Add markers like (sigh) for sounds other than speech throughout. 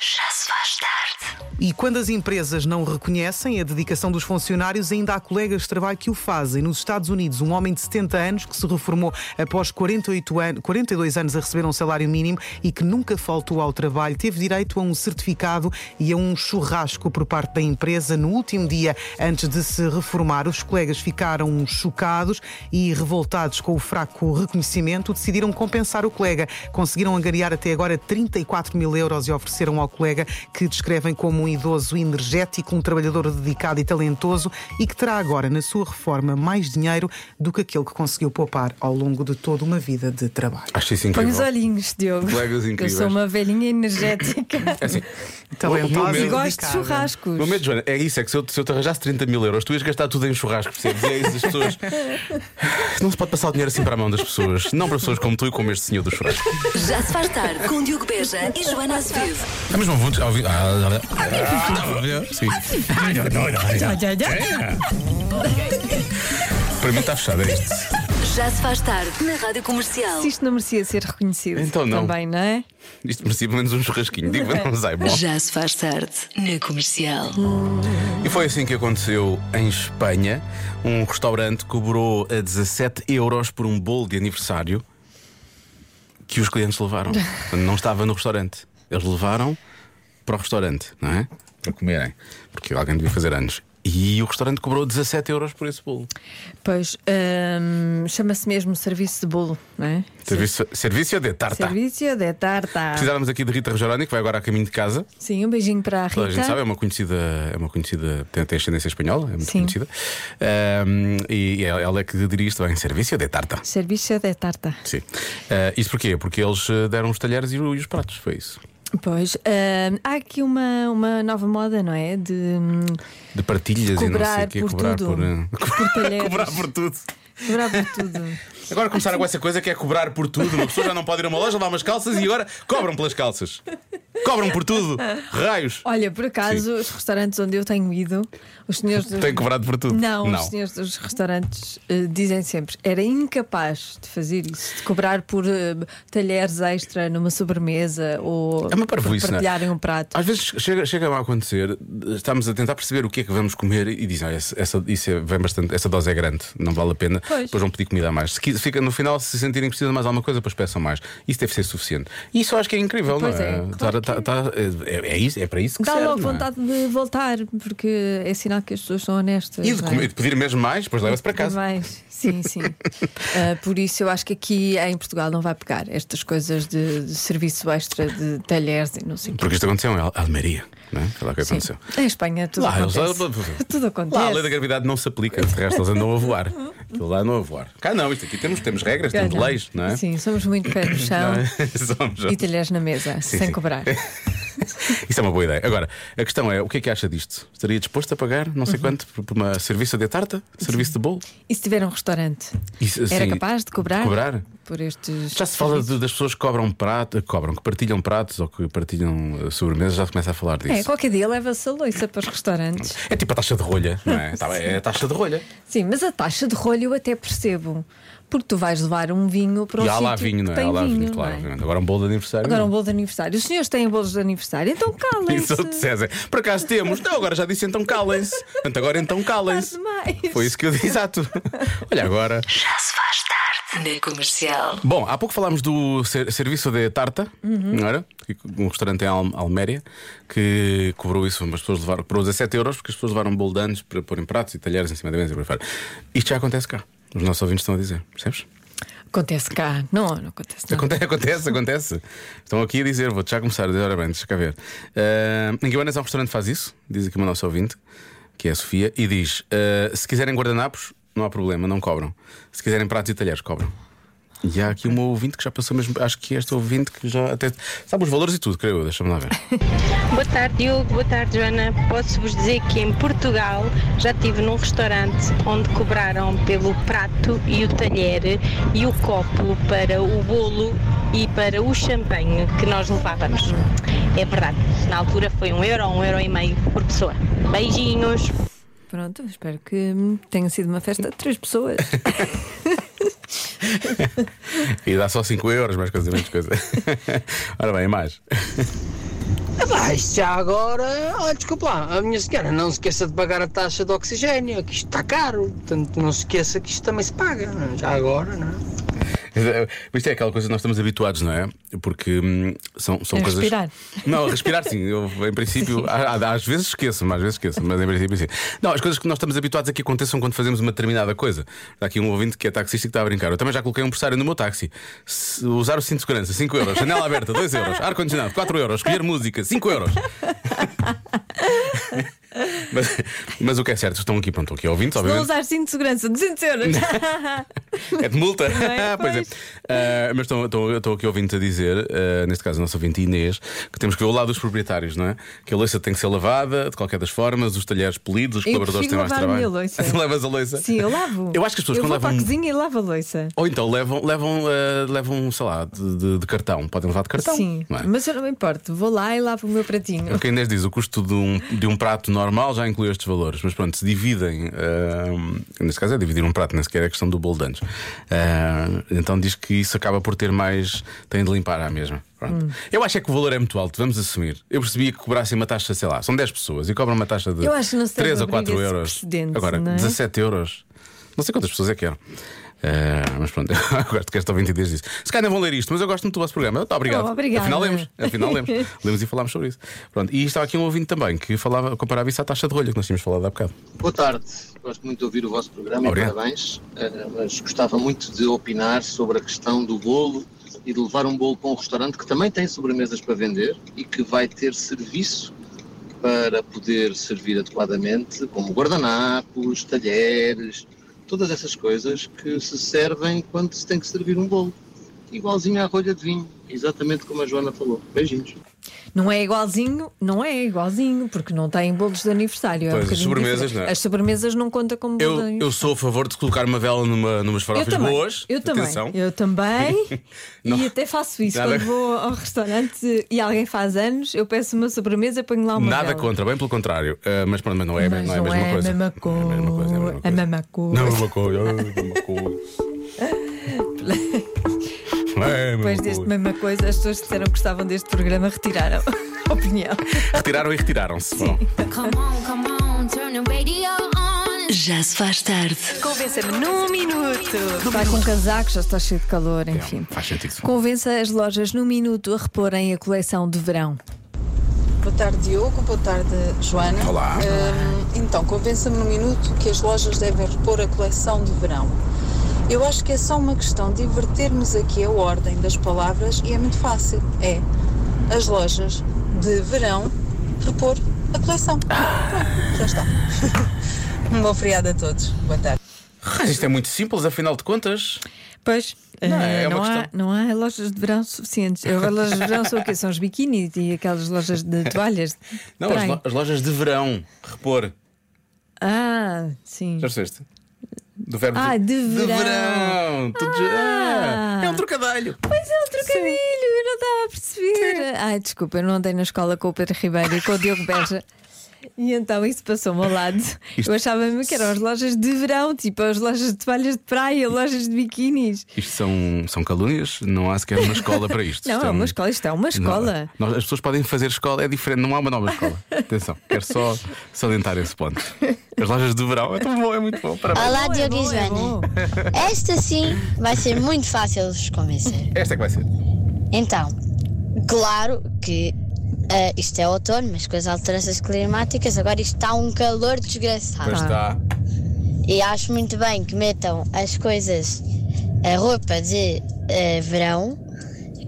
Se faz tarde. E quando as empresas não reconhecem a dedicação dos funcionários, ainda há colegas de trabalho que o fazem. Nos Estados Unidos, um homem de 70 anos que se reformou após 48 an 42 anos a receber um salário mínimo e que nunca faltou ao trabalho, teve direito a um certificado e a um churrasco por parte da empresa no último dia antes de se reformar. Os colegas ficaram chocados e revoltados com o fraco reconhecimento, decidiram compensar o colega. Conseguiram angariar até agora 34 mil euros e ofereceram ao colega que descrevem como um idoso energético, um trabalhador dedicado e talentoso e que terá agora na sua reforma mais dinheiro do que aquele que conseguiu poupar ao longo de toda uma vida de trabalho. Acho isso Põe incrível. os olhinhos, Diogo. Colegas Eu incríveis. sou uma velhinha energética (laughs) É assim, Então Talentosa medo- e um gosto de dedicada. churrascos. o meu medo, Joana, é isso: é que se eu, se eu te arranjasse 30 mil euros, tu ias gastar tudo em churrasco, percebes? E é isso, as (laughs) pessoas. Não se pode passar o dinheiro assim para a mão das pessoas. Não para pessoas como tu e como este senhor do churrasco. Já se faz tarde com Diogo Beja e Joana Azevedo. É Mas não vamos ouvir. Ah, Sim. Já, já, já. É. Para mim está fechado, é isto. Já se faz tarde na Rádio Comercial. Se isto não merecia ser reconhecido Então não. também, não é? Isto merecia pelo menos um churrasquinho. Digo, não sei. Bom. Já se faz tarde na Comercial. E foi assim que aconteceu em Espanha. Um restaurante cobrou a 17 euros por um bolo de aniversário que os clientes (laughs) levaram. Portanto, Não estava no restaurante. Eles levaram para o restaurante, não é? Para comerem. Porque alguém devia fazer anos. E o restaurante cobrou 17 euros por esse bolo. Pois hum, chama-se mesmo serviço de bolo, não é? Serviço, serviço de tarta. Serviço de tarta. Precisávamos aqui de Rita Rogeroni, que vai agora a caminho de casa. Sim, um beijinho para a Rita. Toda a gente sabe, é uma conhecida, é uma conhecida, tem tem ascendência espanhola, é muito Sim. conhecida. Ahm, e ela ela é que dirige também serviço de tarta. Serviço de tarta. Sim. Ah, isso porquê? Porque eles ah, deram os talheres e, o- e os pratos, foi isso. Pois hum, há aqui uma, uma nova moda, não é? De hum, De partilhas e não sei cobrar o quê, por cobrar tudo. por. ah, (laughs) por talheres. Cobrar (laughs) por tudo. Cobrar por (laughs) tudo. Agora começaram com essa coisa que é cobrar por tudo. Uma pessoa já não pode ir a uma loja, levar umas calças e agora cobram pelas calças. Cobram por tudo. Raios. Olha, por acaso, os restaurantes onde eu tenho ido, os senhores dos Tem cobrado por tudo. Não, não. os senhores dos restaurantes eh, dizem sempre era incapaz de fazer isso, de cobrar por eh, talheres extra numa sobremesa ou É uma por parvoíce, não é? partilharem um prato. Às vezes chega, chega a acontecer, estamos a tentar perceber o que é que vamos comer e dizem, "Ah, essa, essa, isso é- vem bastante, essa dose é grande, não vale a pena, Pois. depois vão pedir comida a mais. Se, quis- fica, no final, se sentirem que precisam de mais alguma coisa, depois peçam mais. Isso deve ser suficiente. Isso eu acho que é incrível, Pois não é? é, Tá- tá- tá- é, é isso, é para isso que Dá serve, logo não é? vontade de voltar, porque é sinal que as pessoas são honestas. E de, não é? comer- de pedir mesmo mais, depois leva-se para casa. Mais. Sim, (laughs) sim. Ah, por isso eu acho que aqui em Portugal não vai pegar estas coisas de, de serviço extra de talheres e não sei o quê. Porque isto aconteceu em Al- Almeria, não é? Foi lá que Sim. aconteceu. Em Espanha tudo Lá, eles- acontece. (laughs) Tudo Lá a acontece. lei da gravidade não se aplica, de resto eles andam a (laughs) voar. Aquilo lá não a voar. Cá não, isto aqui temos, temos regras, temos Olha, leis, não é? Sim, somos muito pé no chão. Não é? (laughs) Somos- E talheres na mesa, Sim, sem sim. cobrar. (laughs) Isso é uma boa ideia. Agora, a questão é: o que é que acha disto? Estaria disposto a pagar não sei quanto por por uma serviço de tarta? Serviço de bolo? E se tiver um restaurante, Isso, era assim, capaz de cobrar, cobrar? por estes. Já se fala de- das pessoas que cobram prato, cobram, que partilham pratos ou que partilham eh, sobremesas, já se começa a falar É, disso. qualquer dia leva-se a loiça para os restaurantes. É, tipo a taxa de rolha, não é? Tá bem, é a taxa de rolha. Sim, mas a taxa de rolho eu até percebo. Porque tu vais levar um vinho para um e há lá sítio vinho, que não é? tem Há lá vinho, vinho, claro. não é? obviamente. Agora um bolo de aniversário. Agora não. um bolo de aniversário. Os senhores têm bolos de aniversário, então (laughs) Isso calem-se. é o de César. Por acaso temos? Não, agora já disse, então calem-se. Portanto, agora (laughs) então calem-se. Tarde demais. Foi isso que eu disse, (laughs) exato. Olha, agora. Já se faz tarde na Comercial. Bom, há pouco falámos do ser- serviço de tarta, não era? Que- Um restaurante em Al Alméria que cobrou isso, as pessoas levaram, cobrou 17 euros porque as pessoas levaram bolo de anos para pôr em pratos e talheres em cima da mesa e por aí fora. Isto já acontece cá. Os nossos ouvintes estão a dizer, percebes? Acontece cá. Não, não acontece nada. Acontece, acontece, acontece. Estão aqui a dizer, vou-te já começar a dizer, ora bem, deixa cá ver. Ah, em Guimarães há um restaurante que faz isso, diz aqui uma nossa ouvinte, que é a Sofia, e diz: ah, se quiserem guardanapos, não há problema, não cobram. Se quiserem pratos e talheres, cobram. E há aqui uma ouvinte que já passou mesmo, acho que esta ouvinte que já até sabe os valores e tudo, creio eu, deixa-me lá ver. Boa tarde, Diogo. Boa tarde, Joana. Posso-vos dizer que em Portugal já estive num restaurante onde cobraram pelo prato e o talher e o copo para o bolo e para o champanhe que nós levávamos. É verdade. Na altura foi um euro, um euro e meio por pessoa. Beijinhos. Pronto, espero que hum, tenha sido uma festa de três (laughs) pessoas. (laughs) E dá só 5 euros, mais coisa, menos coisa. Ora bem, mais. Ah, isto já agora. Ah, desculpa lá, a minha senhora, não se esqueça de pagar a taxa de oxigênio, que isto está caro. Portanto, não se esqueça que isto também se paga. Já agora, não é? Isto é aquela coisa que nós estamos habituados, não é? Porque hum, são, são A coisas. respirar. Não, a respirar sim. Eu, em princípio, há- há- às vezes esqueço-me, às vezes esqueço-me, mas em princípio sim. Não, as coisas que nós estamos habituados a que aconteçam quando fazemos uma determinada coisa. Há aqui um ouvinte que é taxista que está a brincar. Eu também já coloquei um pressário no meu táxi. Se- usar o cinto de segurança, 5 euros. Janela aberta, 2 euros. Ar-condicionado, 4 euros. Escolher música, 5 (laughs) euros. mas, mas o que é certo, estão aqui, pronto, aqui ouvintes, Não obviamente. usar cinto de segurança, 200 euros. (laughs) É de multa. é? (laughs) pois é. Pois. Ah, mas estou- estou estou aqui ouvindo-te a dizer, ah, neste caso a nossa ouvinte Inês, que temos que ver o lado dos proprietários, não é? Que a louça tem que ser lavada, de qualquer das formas, os talheres polidos, os Eu colaboradores têm prefiro mais lavar a trabalho. minha louça. (laughs) Tu Levas a louça? Sim, eu lavo. Eu acho que as pessoas eu quando vou para a levam- um cozinha e lavo a louça. Ou então levam, levam, ah, levam sei lá, de, de- de cartão. Podem levar de cartão. Sim, não é? mas eu não me importo. Vou lá e lavo o meu (laughs) pratinho. O que a Inês diz, o custo de um, de um prato normal já inclui estes valores, mas pronto, se dividem, ah, neste caso é dividir um prato, nem sequer é questão do bolo de anos. Ah, então diz que isso acaba por ter mais. tem de limpar à mesma. Hum. Pronto. Eu acho é que o valor é muito alto, vamos assumir. Eu percebia que cobrassem uma taxa, sei lá, são 10 pessoas e cobram uma taxa de Eu acho que não se deve 3 ou abrir 4 esse euros. precedente, Agora, não é? 17 euros. Não sei quantas pessoas é que eram. Ah, mas pronto, (laughs) eu gosto que esta 22 diz. Se calhar não vão ler isto, mas eu gosto muito do vosso programa. Eu, tá, obrigado. Oh, obrigada. Afinal lemos. Afinal (laughs) lemos. Lemos e falámos sobre isso. Pronto, e estava aqui um ouvinte também que falava, comparava isso à taxa de rolha que nós tínhamos falado há bocado. Boa tarde, gosto muito de ouvir o vosso programa Obrigado. e parabéns, Eh, mas gostava muito de opinar sobre a questão do bolo e de levar um bolo para um restaurante que também tem sobremesas para vender e que vai ter serviço para poder servir adequadamente, como guardanapos, talheres, todas essas coisas que se servem quando se tem que servir um bolo. Igualzinho à rolha de vinho, exatamente como a Joana falou. Beijinhos. Não é igualzinho, não é igualzinho, porque não tem bolos de aniversário. é um Pois, as bocadinho sobremesas, diferente. não é? As sobremesas não contam como bolo Eu, de aniversário. eu sou a favor de colocar uma vela numa, numas Eu farofas também, boas. eu também, Atenção. eu também, (laughs) Não. e até faço isso Nada- quando vou ao restaurante e alguém faz anos, eu peço uma sobremesa, ponho lá uma Nada vela. contra, bem pelo contrário. Ah, mas pronto, mas não é, Mas não é a não mesma é a coisa. mesma Não é a mesma coisa, é a mesma coisa. coisa. A mesma coisa. Não é a mesma coisa, é a mesma coisa. Não é a mesma Depois coisa. deste mesma coisa, as pessoas que disseram que gostavam deste programa retiraram (laughs) a opinião. Retiraram e retiraram-se. Bom. Come on, come on, turn the radio on. Já se faz tarde. Convença-me num minuto. Vai com casaco, já está cheio de calor, enfim. É, faz sentido. Convença as lojas num minuto a reporem a coleção de verão. Boa tarde, Diogo. Boa tarde, Joana. Olá. Hum, então, convença-me num minuto que as lojas devem repor a coleção de verão. Eu acho que é só uma questão de invertermos aqui a ordem das palavras e é muito fácil. É as lojas de verão repor a coleção. Pronto, já está. (laughs) um bom feriado a todos. Boa tarde. Mas isto é muito simples, afinal de contas. Pois, Não, eh, é uma não, há, questão. não há lojas de verão suficientes. Eu- As lojas de verão são o quê? São os biquínis e aquelas (laughs) lojas de toalhas. de Não, as, praia. lo- as lojas de verão, repor. Ah, sim. Já percebeste? Do verbo Ah, de verão. verão. Tudo ju- Ah. Ah, é um trocadilho. Pois é, um trocadilho, eu não estava a perceber. Ai, desculpa, eu não andei na escola com o Pedro Ribeiro e com o Diogo Beja. E então isso passou-me ao lado. Eu achava-me que eram as lojas de verão, tipo as lojas de toalhas de praia, lojas de biquínis. Isto são, são calúnias, não há sequer uma escola para isto. (laughs) Não, Isto é uma um- escola, isto é uma escola. Não, nós- as pessoas podem fazer escola, é diferente, não há uma nova escola. (laughs) Atenção, quero só salientar esse ponto. As lojas de verão é tão bom, é muito bom. Parabéns. Olá, É Diogo bom, e é Joana. bom. Esta sim vai ser muito fácil de vos Ah. convencer. Esta é que vai ser. Então, claro que ah, isto é outono, mas com as alterações climáticas agora isto está um calor Ah. desgraçado. Mas está. E acho muito bem que metam as coisas, a roupa de ah, verão,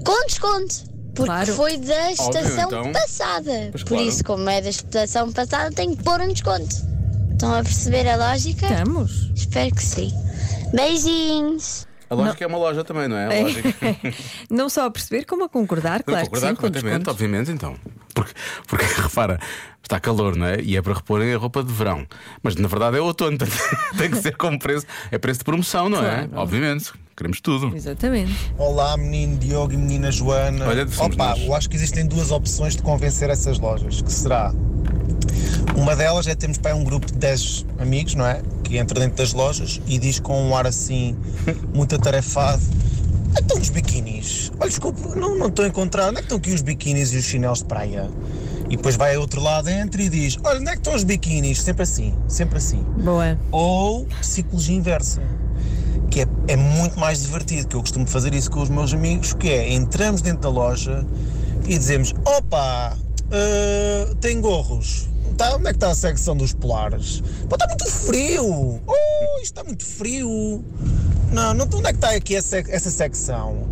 com desconto. Porque Claro. foi da estação então. passada. Pois Por claro. isso, como é da estação passada, tem que pôr um desconto. Estão a perceber a lógica? Tá. Estamos. Espero que sim. Beijinhos! A lógica é uma loja também, não é? A lógica. Não só a perceber, como a concordar, Não, claro concordar que sim, com completamente, descontos. obviamente, então. Porque, porque (laughs) repara, está calor, não é? E é para reporem a roupa de verão. Mas na verdade é outono, (laughs) portanto, tem que ser como preço. É preço de promoção, não é? Claro. Obviamente. Queremos tudo. Exatamente. Olá, menino Diogo e menina Joana. Olha, somos Opa, nós. eu acho que existem duas opções de convencer essas lojas, que será. Uma delas é termos para um grupo de 10 amigos, não é? Que entra dentro das lojas e diz com um ar assim muito atarefado Então os biquinis. Olha, desculpa, não, não estou a encontrar. Onde é que estão aqui os biquinis e os chinelos de praia? E depois vai a outro lado, entra e diz: Olha, onde é que estão os biquinis? Sempre assim, sempre assim. Boa. Ou psicologia inversa, que é, é muito mais divertido, que eu costumo fazer isso com os meus amigos, que é entramos dentro da loja e dizemos: Opa, ah, tem gorros. Tá, onde é que está a secção dos polares? Pô, está muito frio! Oh, isto está muito frio! Não, não onde é que está aqui essa, essa secção?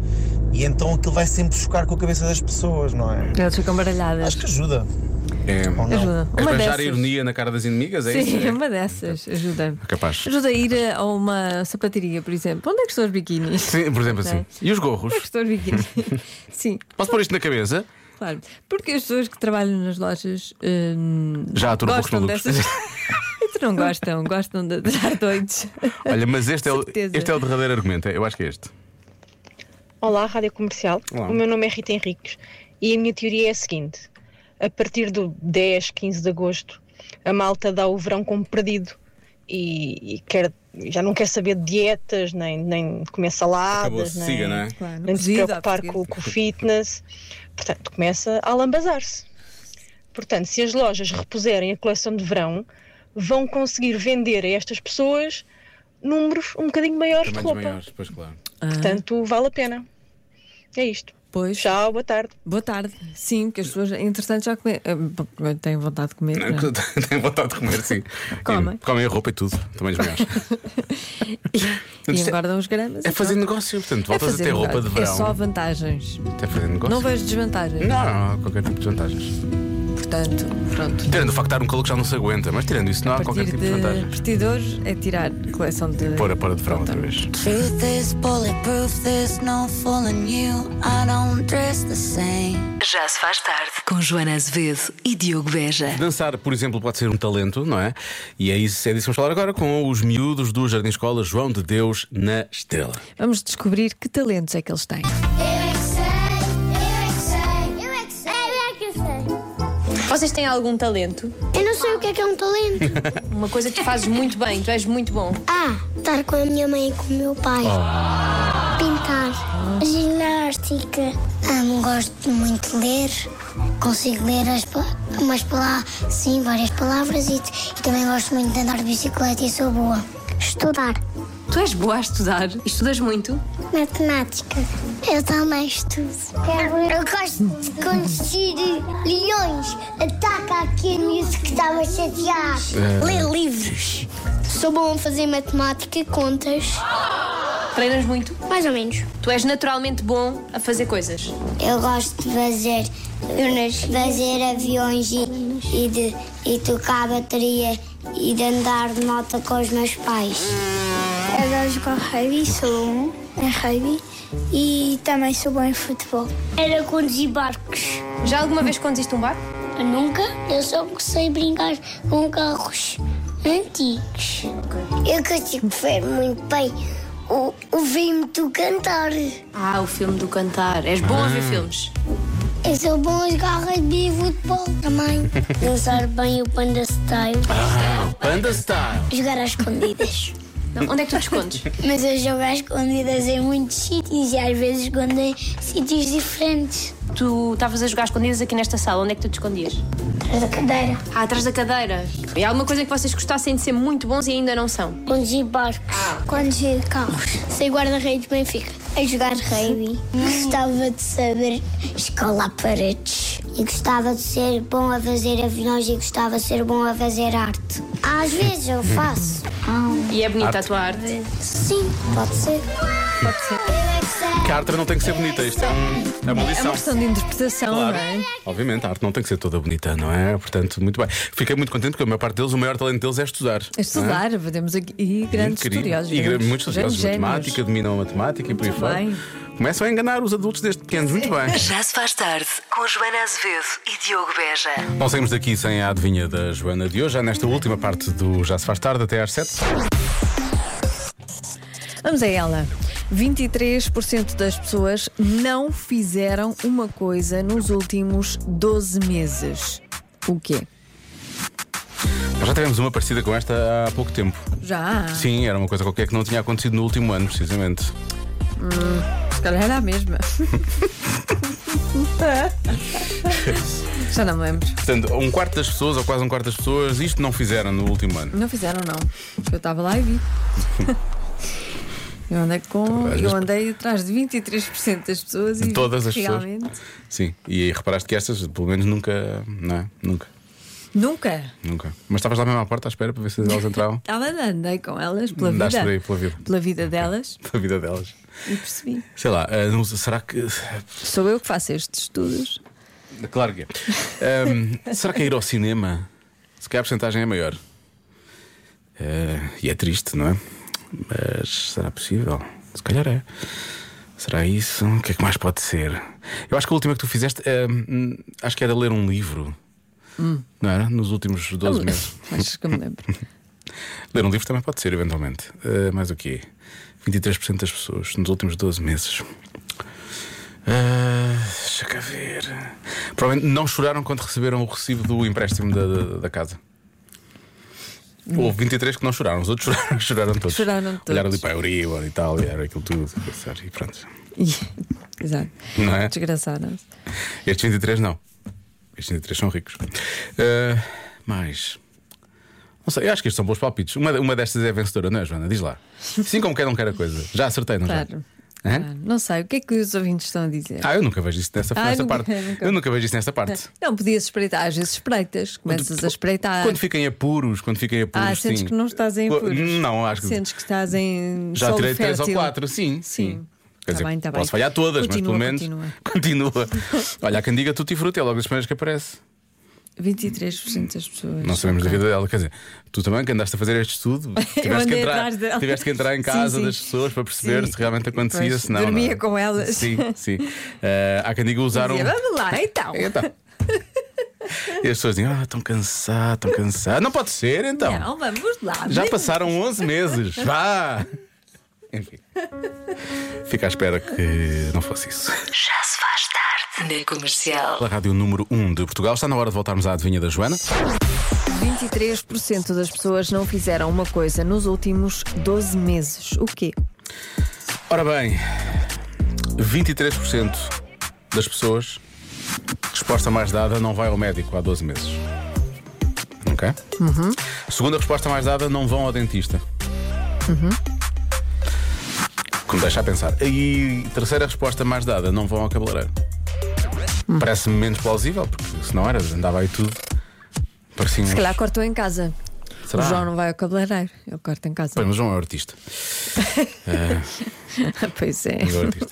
E então aquilo vai sempre chocar com a cabeça das pessoas, não é? Eles ficam baralhadas. Acho que ajuda. É. Ajuda. É Uma esbanjar dessas. a ironia na cara das inimigas, é Sim, isso? uma dessas. Ajuda. É capaz. Ajuda a ir a uma sapataria, por exemplo. Onde é que estão os biquinis? Sim, por exemplo, assim. Não. E os Onde é que gorros? estão (laughs) os biquinis? Sim, Posso pôr isto na cabeça? claro. Porque as pessoas que trabalham nas lojas hum, Já aturam poucos gostam malucos. dessas. (laughs) Então não gostam, gostam de dar doidos. Olha, mas este é, o, Certeza. este é o derradeiro argumento, eu acho que é este. Olá, Rádio Comercial. Olá. O meu nome é Rita Henriques e a minha teoria é a seguinte: a partir do 10, 15 de agosto, a malta dá o verão como perdido e, e quer, já não quer saber de dietas, nem, nem comer saladas, Acabou-se, nem, siga, não é? nem Claro, não se precisa, preocupar porque- com, com o fitness. Portanto, começa a lambazar-se. Portanto, se as lojas repuserem a coleção de verão, vão conseguir vender a estas pessoas números um bocadinho maiores de Tamanhos roupa. maiores, pois claro. Portanto, vale a pena. É isto. Pois. Tchau, boa tarde. Boa tarde. Sim, porque as pessoas, entretanto, já comem. eh, Têm vontade de comer. não é? Tem vontade de comer, sim. Comem. E Comem a roupa e tudo, tamanhos maiores. (laughs) E guardam os gramas. É e fazer pronto. negócio, portanto, voltas a fazer ter roupa de negócio. verão. É só vantagens. É fazer negócio. Não vejo desvantagens. Não, não há qualquer tipo de vantagens. Portanto, pronto. Tirando o facto de estar um calor que já não se aguenta, mas tirando isso, não há A qualquer partir tipo de vantagem. de vestidores é tirar coleção de. Então, Pôr a pôr de verão outra vez. Truth is bulletproof, there's no fooling you. I don't dress the same. Já se faz tarde com Joana Azevedo e Diogo Beja. Dançar, por exemplo, pode ser um talento, não é? E é isso é disso que vamos falar agora com os miúdos do Jardim Escola João de Deus na Estrela. Vamos descobrir que talentos é que eles têm. Vocês têm algum talento? Eu não sei o que é que é um talento. Uma coisa que tu fazes muito bem, tu és muito bom. Ah, estar com a minha mãe e com o meu pai. Pintar. Ginástica. Amo, gosto muito de ler. Consigo ler as, pa- umas palavras, sim, várias palavras e, e também gosto muito de andar de bicicleta e sou boa. Estudar. Tu és boa a estudar. Estudas muito? Matemática. Eu também estudo. Eu gosto de conduzir leões. Ataca aquele miúdo que estava É. chateado. Ler livros. Sou bom a fazer matemática e contas. Treinas muito? Mais ou menos. Tu és naturalmente bom a fazer coisas. Eu gosto de fazer, fazer aviões e, e de, e tocar a bateria e de andar de moto com os meus pais. Eu gosto com rugby, sou um em rugby e também sou bom em futebol. Era conduzir barcos. Já alguma vez conduziste um barco? Nunca. Eu só sei brincar com carros antigos. Eu consigo ver muito bem o, o filme do cantar. Ah, o filme do cantar. És bom a Ah. ver filmes. Eu sou bom a jogar rugby e futebol também. Dançar bem o panda style. Ah, Panda Star! Jogar às escondidas. Onde é que tu te escondes? (laughs) Mas eu jogo às escondidas em muitos sítios e às vezes escondo em sítios diferentes. Tu estavas a jogar escondidas aqui nesta sala. Onde é que tu te escondias? Atrás da cadeira. Ah, atrás da cadeira. E há alguma coisa que vocês gostassem de ser muito bons e ainda não são? Conduzir barcos. Conduzir carros. Sei guarda-redes Benfica. A jogar rugby. Gostava de saber escalar paredes. E gostava de ser bom a fazer aviões e gostava de ser bom a fazer arte. Às vezes eu faço. E é bonita a Arte. tua arte? Sim, pode ser. é Pode ser. Que a arte não tem que ser bonita, isto é, um, é uma É uma lição. questão de interpretação, Claro. não é? Obviamente, a arte não tem que ser toda bonita, não é? Portanto, muito bem. Fiquei muito contente porque a maior parte deles, o maior talento deles é estudar. A estudar, fazemos aqui e grandes Incrível. estudiosos. E gra- grandes- muitos estudiosos de grandes génios. matemática, dominam a matemática e por aí Muito fora. bem. Começam a enganar os adultos desde pequenos, muito bem. (laughs) Já se faz tarde com Joana Azevedo e Diogo Beja. Não saímos daqui sem a adivinha da Joana de hoje, já nesta última parte do Já se faz tarde, até às 7. Vamos a ela. 23% das pessoas não fizeram uma coisa nos últimos 12 meses. O quê? Nós já tivemos uma parecida com esta há pouco tempo. Já? Sim, era uma coisa qualquer que não tinha acontecido no último ano, precisamente. Hum, Se calhar era a (laughs) mesma. Já não me lembro. Portanto, um quarto das pessoas, ou quase um quarto das pessoas, isto não fizeram no último ano. Não fizeram, não. Eu estava lá e vi. Eu andei, com, Às vezes- eu andei atrás de 23% das pessoas De e todas vi as que pessoas. Hum, realmente. Sim. E aí reparaste que estas, pelo menos, nunca. Não é? Nunca, Nunca. nunca. Mas estavas lá mesmo à porta à espera para ver se elas entravam. (laughs) Estava andei com elas pela Andaste vida. por aí pela vida. Pela vida delas da vida delas. e percebi. Sei lá, ah, não sei, será que. Sou eu que faço estes estudos. Claro que é. Ahm, será que é ir ao cinema? Se calhar a porcentagem é maior. Ah, e é triste, não é? Mas será possível? Se calhar é. Será isso? O que é que mais pode ser? Eu acho que a última que tu fizeste, ahm, acho que era ler um livro, Hum. não era? Nos últimos 12 Ah, meses. (laughs) Acho que me lembro. Ler um livro também pode ser, eventualmente. Ah, mais o quê? 23% das pessoas nos últimos 12 meses. Ah, deixa cá ver. Provavelmente não choraram quando receberam o recibo do empréstimo da, da, da casa. Houve 23 que não choraram, os outros (laughs) choraram, choraram todos. Hum. Choraram todos. Olharam ali para a Euribor e tal, e era aquilo tudo. E pronto. Exato. Não é? Desgraçada. Estes 23 não. Estes 23 são ricos. Ah, mais. Não sei, eu acho que estes são bons palpites. Uma, uma destas é vencedora, não é, Joana? Diz lá. Sim, como quer, não quer a coisa. Já acertei, não já? Claro. Hã? claro. Não sei, o que é que os ouvintes estão a dizer? Ah, eu nunca vejo isso nessa, Ah, nessa nunca- (laughs) parte. nunca. Eu nunca vejo isso nessa parte. Não, podias espreitar, às vezes espreitas, (laughs) começas a espreitar. Quando fiquem apuros, quando fiquem apuros. Ah, sentes sim. que não estás em Co- apuros. Não, acho que. Sentes que estás em. Já solo tirei três fértil. ou quatro, sim. Sim. Quer Tá dizer, bem, tá posso bem. falhar todas, Continua, mas pelo menos. (laughs) Continua. Olha, há quem diga tutti frutti, é logo das primeiras que aparece. 23% das pessoas. Não sabemos da vida dela, quer dizer, tu também que andaste a fazer este (laughs) estudo, tiveste, que andei entrar, atrás dela. tiveste que entrar em Sim, casa sim. das pessoas para perceber Sim. se realmente acontecia, Pois, se não. dormia não é? com elas. Sim, (laughs) sim. Eh, há quem diga usaram. Dizia, Vamos lá, então. E as pessoas dizem, ah, estão cansados, estão cansados. Não pode ser então. Não, vamos lá. Já vamos. passaram 11 meses, vá! Enfim. Fica à espera que não fosse isso. Já se faz tarde na comercial. Pela rádio número 1 de Portugal, está na hora de voltarmos à adivinha da Joana. 23% das pessoas não fizeram uma coisa nos últimos 12 meses. O quê? Ora bem, 23% das pessoas, resposta mais dada, não vai ao médico há 12 meses. Ok? Uhum. Segunda resposta mais dada, não vão ao dentista. Uhum. Que me deixa a pensar. E terceira resposta mais dada, não vão ao cabeleireiro. Hum. Parece-me menos plausível, porque se não era, andava aí tudo. Parecia um- Se calhar cortou em casa. Será? O João não vai ao cabeleireiro. Ele corta em casa. Pois, mas o João é (laughs) artista. É, pois é. João é artista.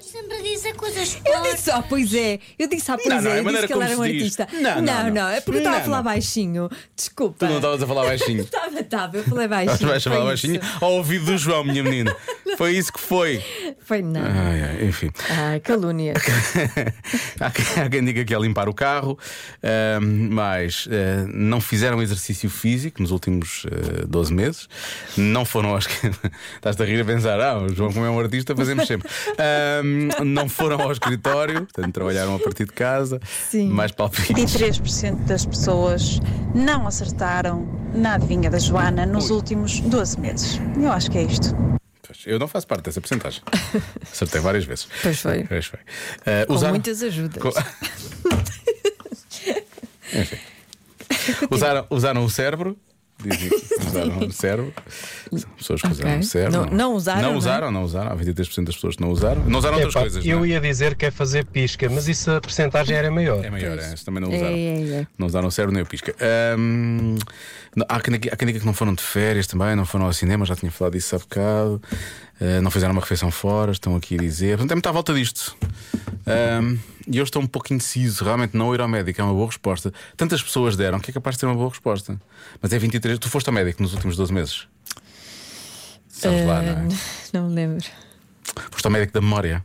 Sempre diz coisas Eu disse, ah, pois é. Eu disse, ah, pois Não, não, é. é a Eu disse maneira que ele era um como se diz. artista. Não, não, não. É porque eu estava a Não, falar não. baixinho. Desculpa. Tu não estavas a falar baixinho. Estava, estava. Eu falei baixinho. Estás a falar foi baixinho isso. ao ouvido do João, minha menina. (laughs) Foi isso que foi. Foi nada. Ai, ai, enfim. Ah, calúnia. (laughs) Há quem- há quem diga que é limpar o carro, ahm, mas ah, não fizeram exercício físico nos últimos ah, 12 meses, não foram aos. (laughs) Estás-te a rir a pensar, ah, o João, como é um artista, fazemos (laughs) sempre. Ahm, não foram ao escritório, portanto, trabalharam a partir de casa, mais palpites. 23% das pessoas não acertaram na adivinha da Joana nos últimos 12 meses. Eu acho que é isto. Eu não faço parte dessa (laughs) porcentagem. Acertei várias vezes. Pois foi. Pois foi. Ah, Com usaram- muitas ajudas. (laughs) Com- Enfim. Usaram, usaram o cérebro. Dizem que usaram o cérebro. São pessoas que usaram Ok. o cérebro. Não- não usaram, Não não é? usaram, não usaram. Há 23% das pessoas que não usaram. Não usaram outras Epá, coisas. Eu não é? ia dizer que é fazer pisca, mas isso a percentagem era maior. É maior, é. Esses também não É, usaram. é, é. Não usaram o cérebro nem o pisca. Ahm, não, há, quem, há quem diga que não foram de férias também, não foram ao cinema, já tinha falado disso há bocado. Ah, não fizeram uma refeição fora, estão aqui a dizer. Portanto, é muita volta disto. Ahm, E eu estou um pouco indeciso. Realmente, não ir ao médico é uma boa resposta. Tantas pessoas deram que é capaz de ser uma boa resposta. Mas é 23. Tu foste ao médico nos últimos 12 meses? Sabes lá, não é? Ah, não me lembro. Foste ao médico da memória.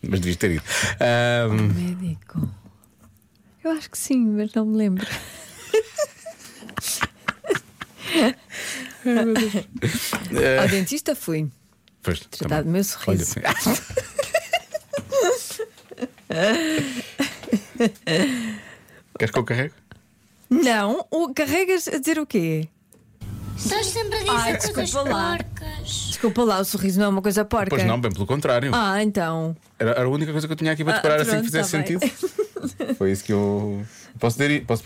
Mas devias ter ido. Ahm, Médico. Eu acho que sim, mas não me lembro. É. Ao dentista fui. Pois, Tratar do meu sorriso. Olha, sim. (laughs) Queres que eu carregue? Não, o, carregas a dizer o quê? Só sempre Ai, dizem coisas desculpa lá. porcas. Desculpa lá, o sorriso não é uma coisa porca. Pois não, bem pelo contrário. Ah, então. Era, era a única coisa que eu tinha aqui para Ah, decorar assim que pronto, fizesse tá bem. sentido. Foi isso que eu. Posso ter. Posso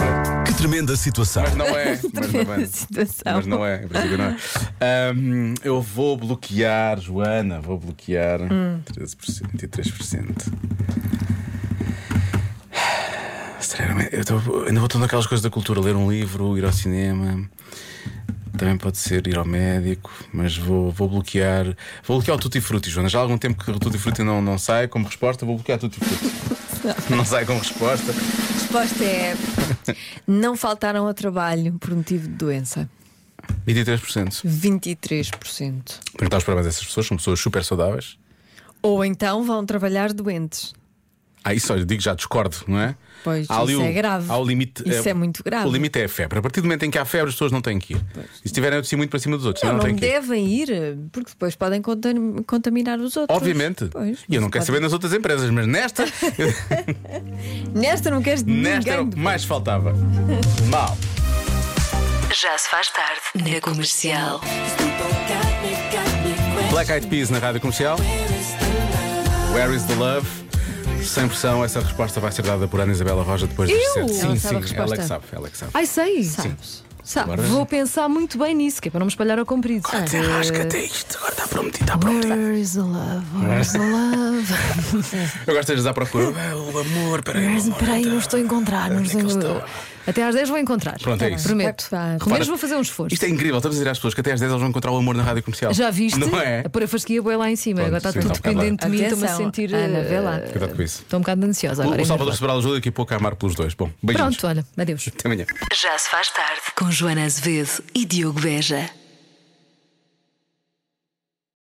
Que tremenda situação. Mas não é. Mas não é. (laughs) Tremenda situação. Mas Então. não é, em princípio não é. Ahm, eu vou bloquear, Joana, vou bloquear Hum. 13% e 3%. Sinceramente, é? eu tô- ainda vou todas aquelas coisas da cultura, ler um livro, ir ao cinema. Também pode ser ir ao médico, mas vou, vou bloquear. Vou bloquear o Tutti Frutti, Joana. Já há algum tempo que o Tutti Frutti não, não sai como resposta, vou bloquear o Tutti Frutti. não sai como resposta. A resposta é: não faltaram ao trabalho por motivo de doença. 23%. 23%. Perguntar os parabéns a essas pessoas, são pessoas super saudáveis. Ou então vão trabalhar doentes. Ah, isso olha, digo já, discordo, não é? Pois, Há ali isso o- é grave. há o limite, Isso eh, é muito grave. O limite é a febre. A partir do momento em que há febre, as pessoas não têm que ir. E se tiverem assim muito para cima dos outros, Não, também Então, não, não, têm que ir. devem ir, porque depois podem contam- contaminar os outros. Obviamente. Pois, e eu não mas quero saber nas outras empresas, mas (laughs) nesta, (laughs) pode- Nesta não queres nesta era ninguém. o que mais (laughs) faltava. Mal. Já se faz tarde na comercial. Black Eyed Peas na rádio comercial. Where is the love? Sem pressão, essa resposta vai ser dada por Ana Isabela Roja depois das Eu? sete. Sim, Ela sim, sabe a ela resposta. é que sabe, ela é que sabe. Ai, sei. Sabes. Sabe, Agora- vou pensar muito bem nisso, que é para não me espalhar ao comprido. Ah, Desenrasca-te, isto agora está prometido, está prometido. Where is the love? Where is the (laughs) love? Eu gosto de estar à procura. Ah, O amor, tá. peraí. Mas espera aí, não estou a encontrar. Não estou... Até às 10 vou encontrar. Tá Pronto, é isso. Prometo. Pelo menos vou fazer um esforço. Isto é incrível, estamos a dizer às pessoas que até às 10 elas vão encontrar o amor na rádio comercial. Já viste? Não é? A pôr a fasquia boi lá em cima. Pronto, agora está sim, tudo está um bocado dependente de mim. lá. Estou-me a Atenção, sentir. Ana, eh, vê lá. Cuidado com isso. Estou um bocado ansiosa O, agora. o ainda Salvador bem. Sobral ajuda daqui a pouco a amar pelos dois. Bom, beijinhos. Pronto, olha. Adeus. Até amanhã. Já se faz tarde com Joana Azevedo e Diogo Beja.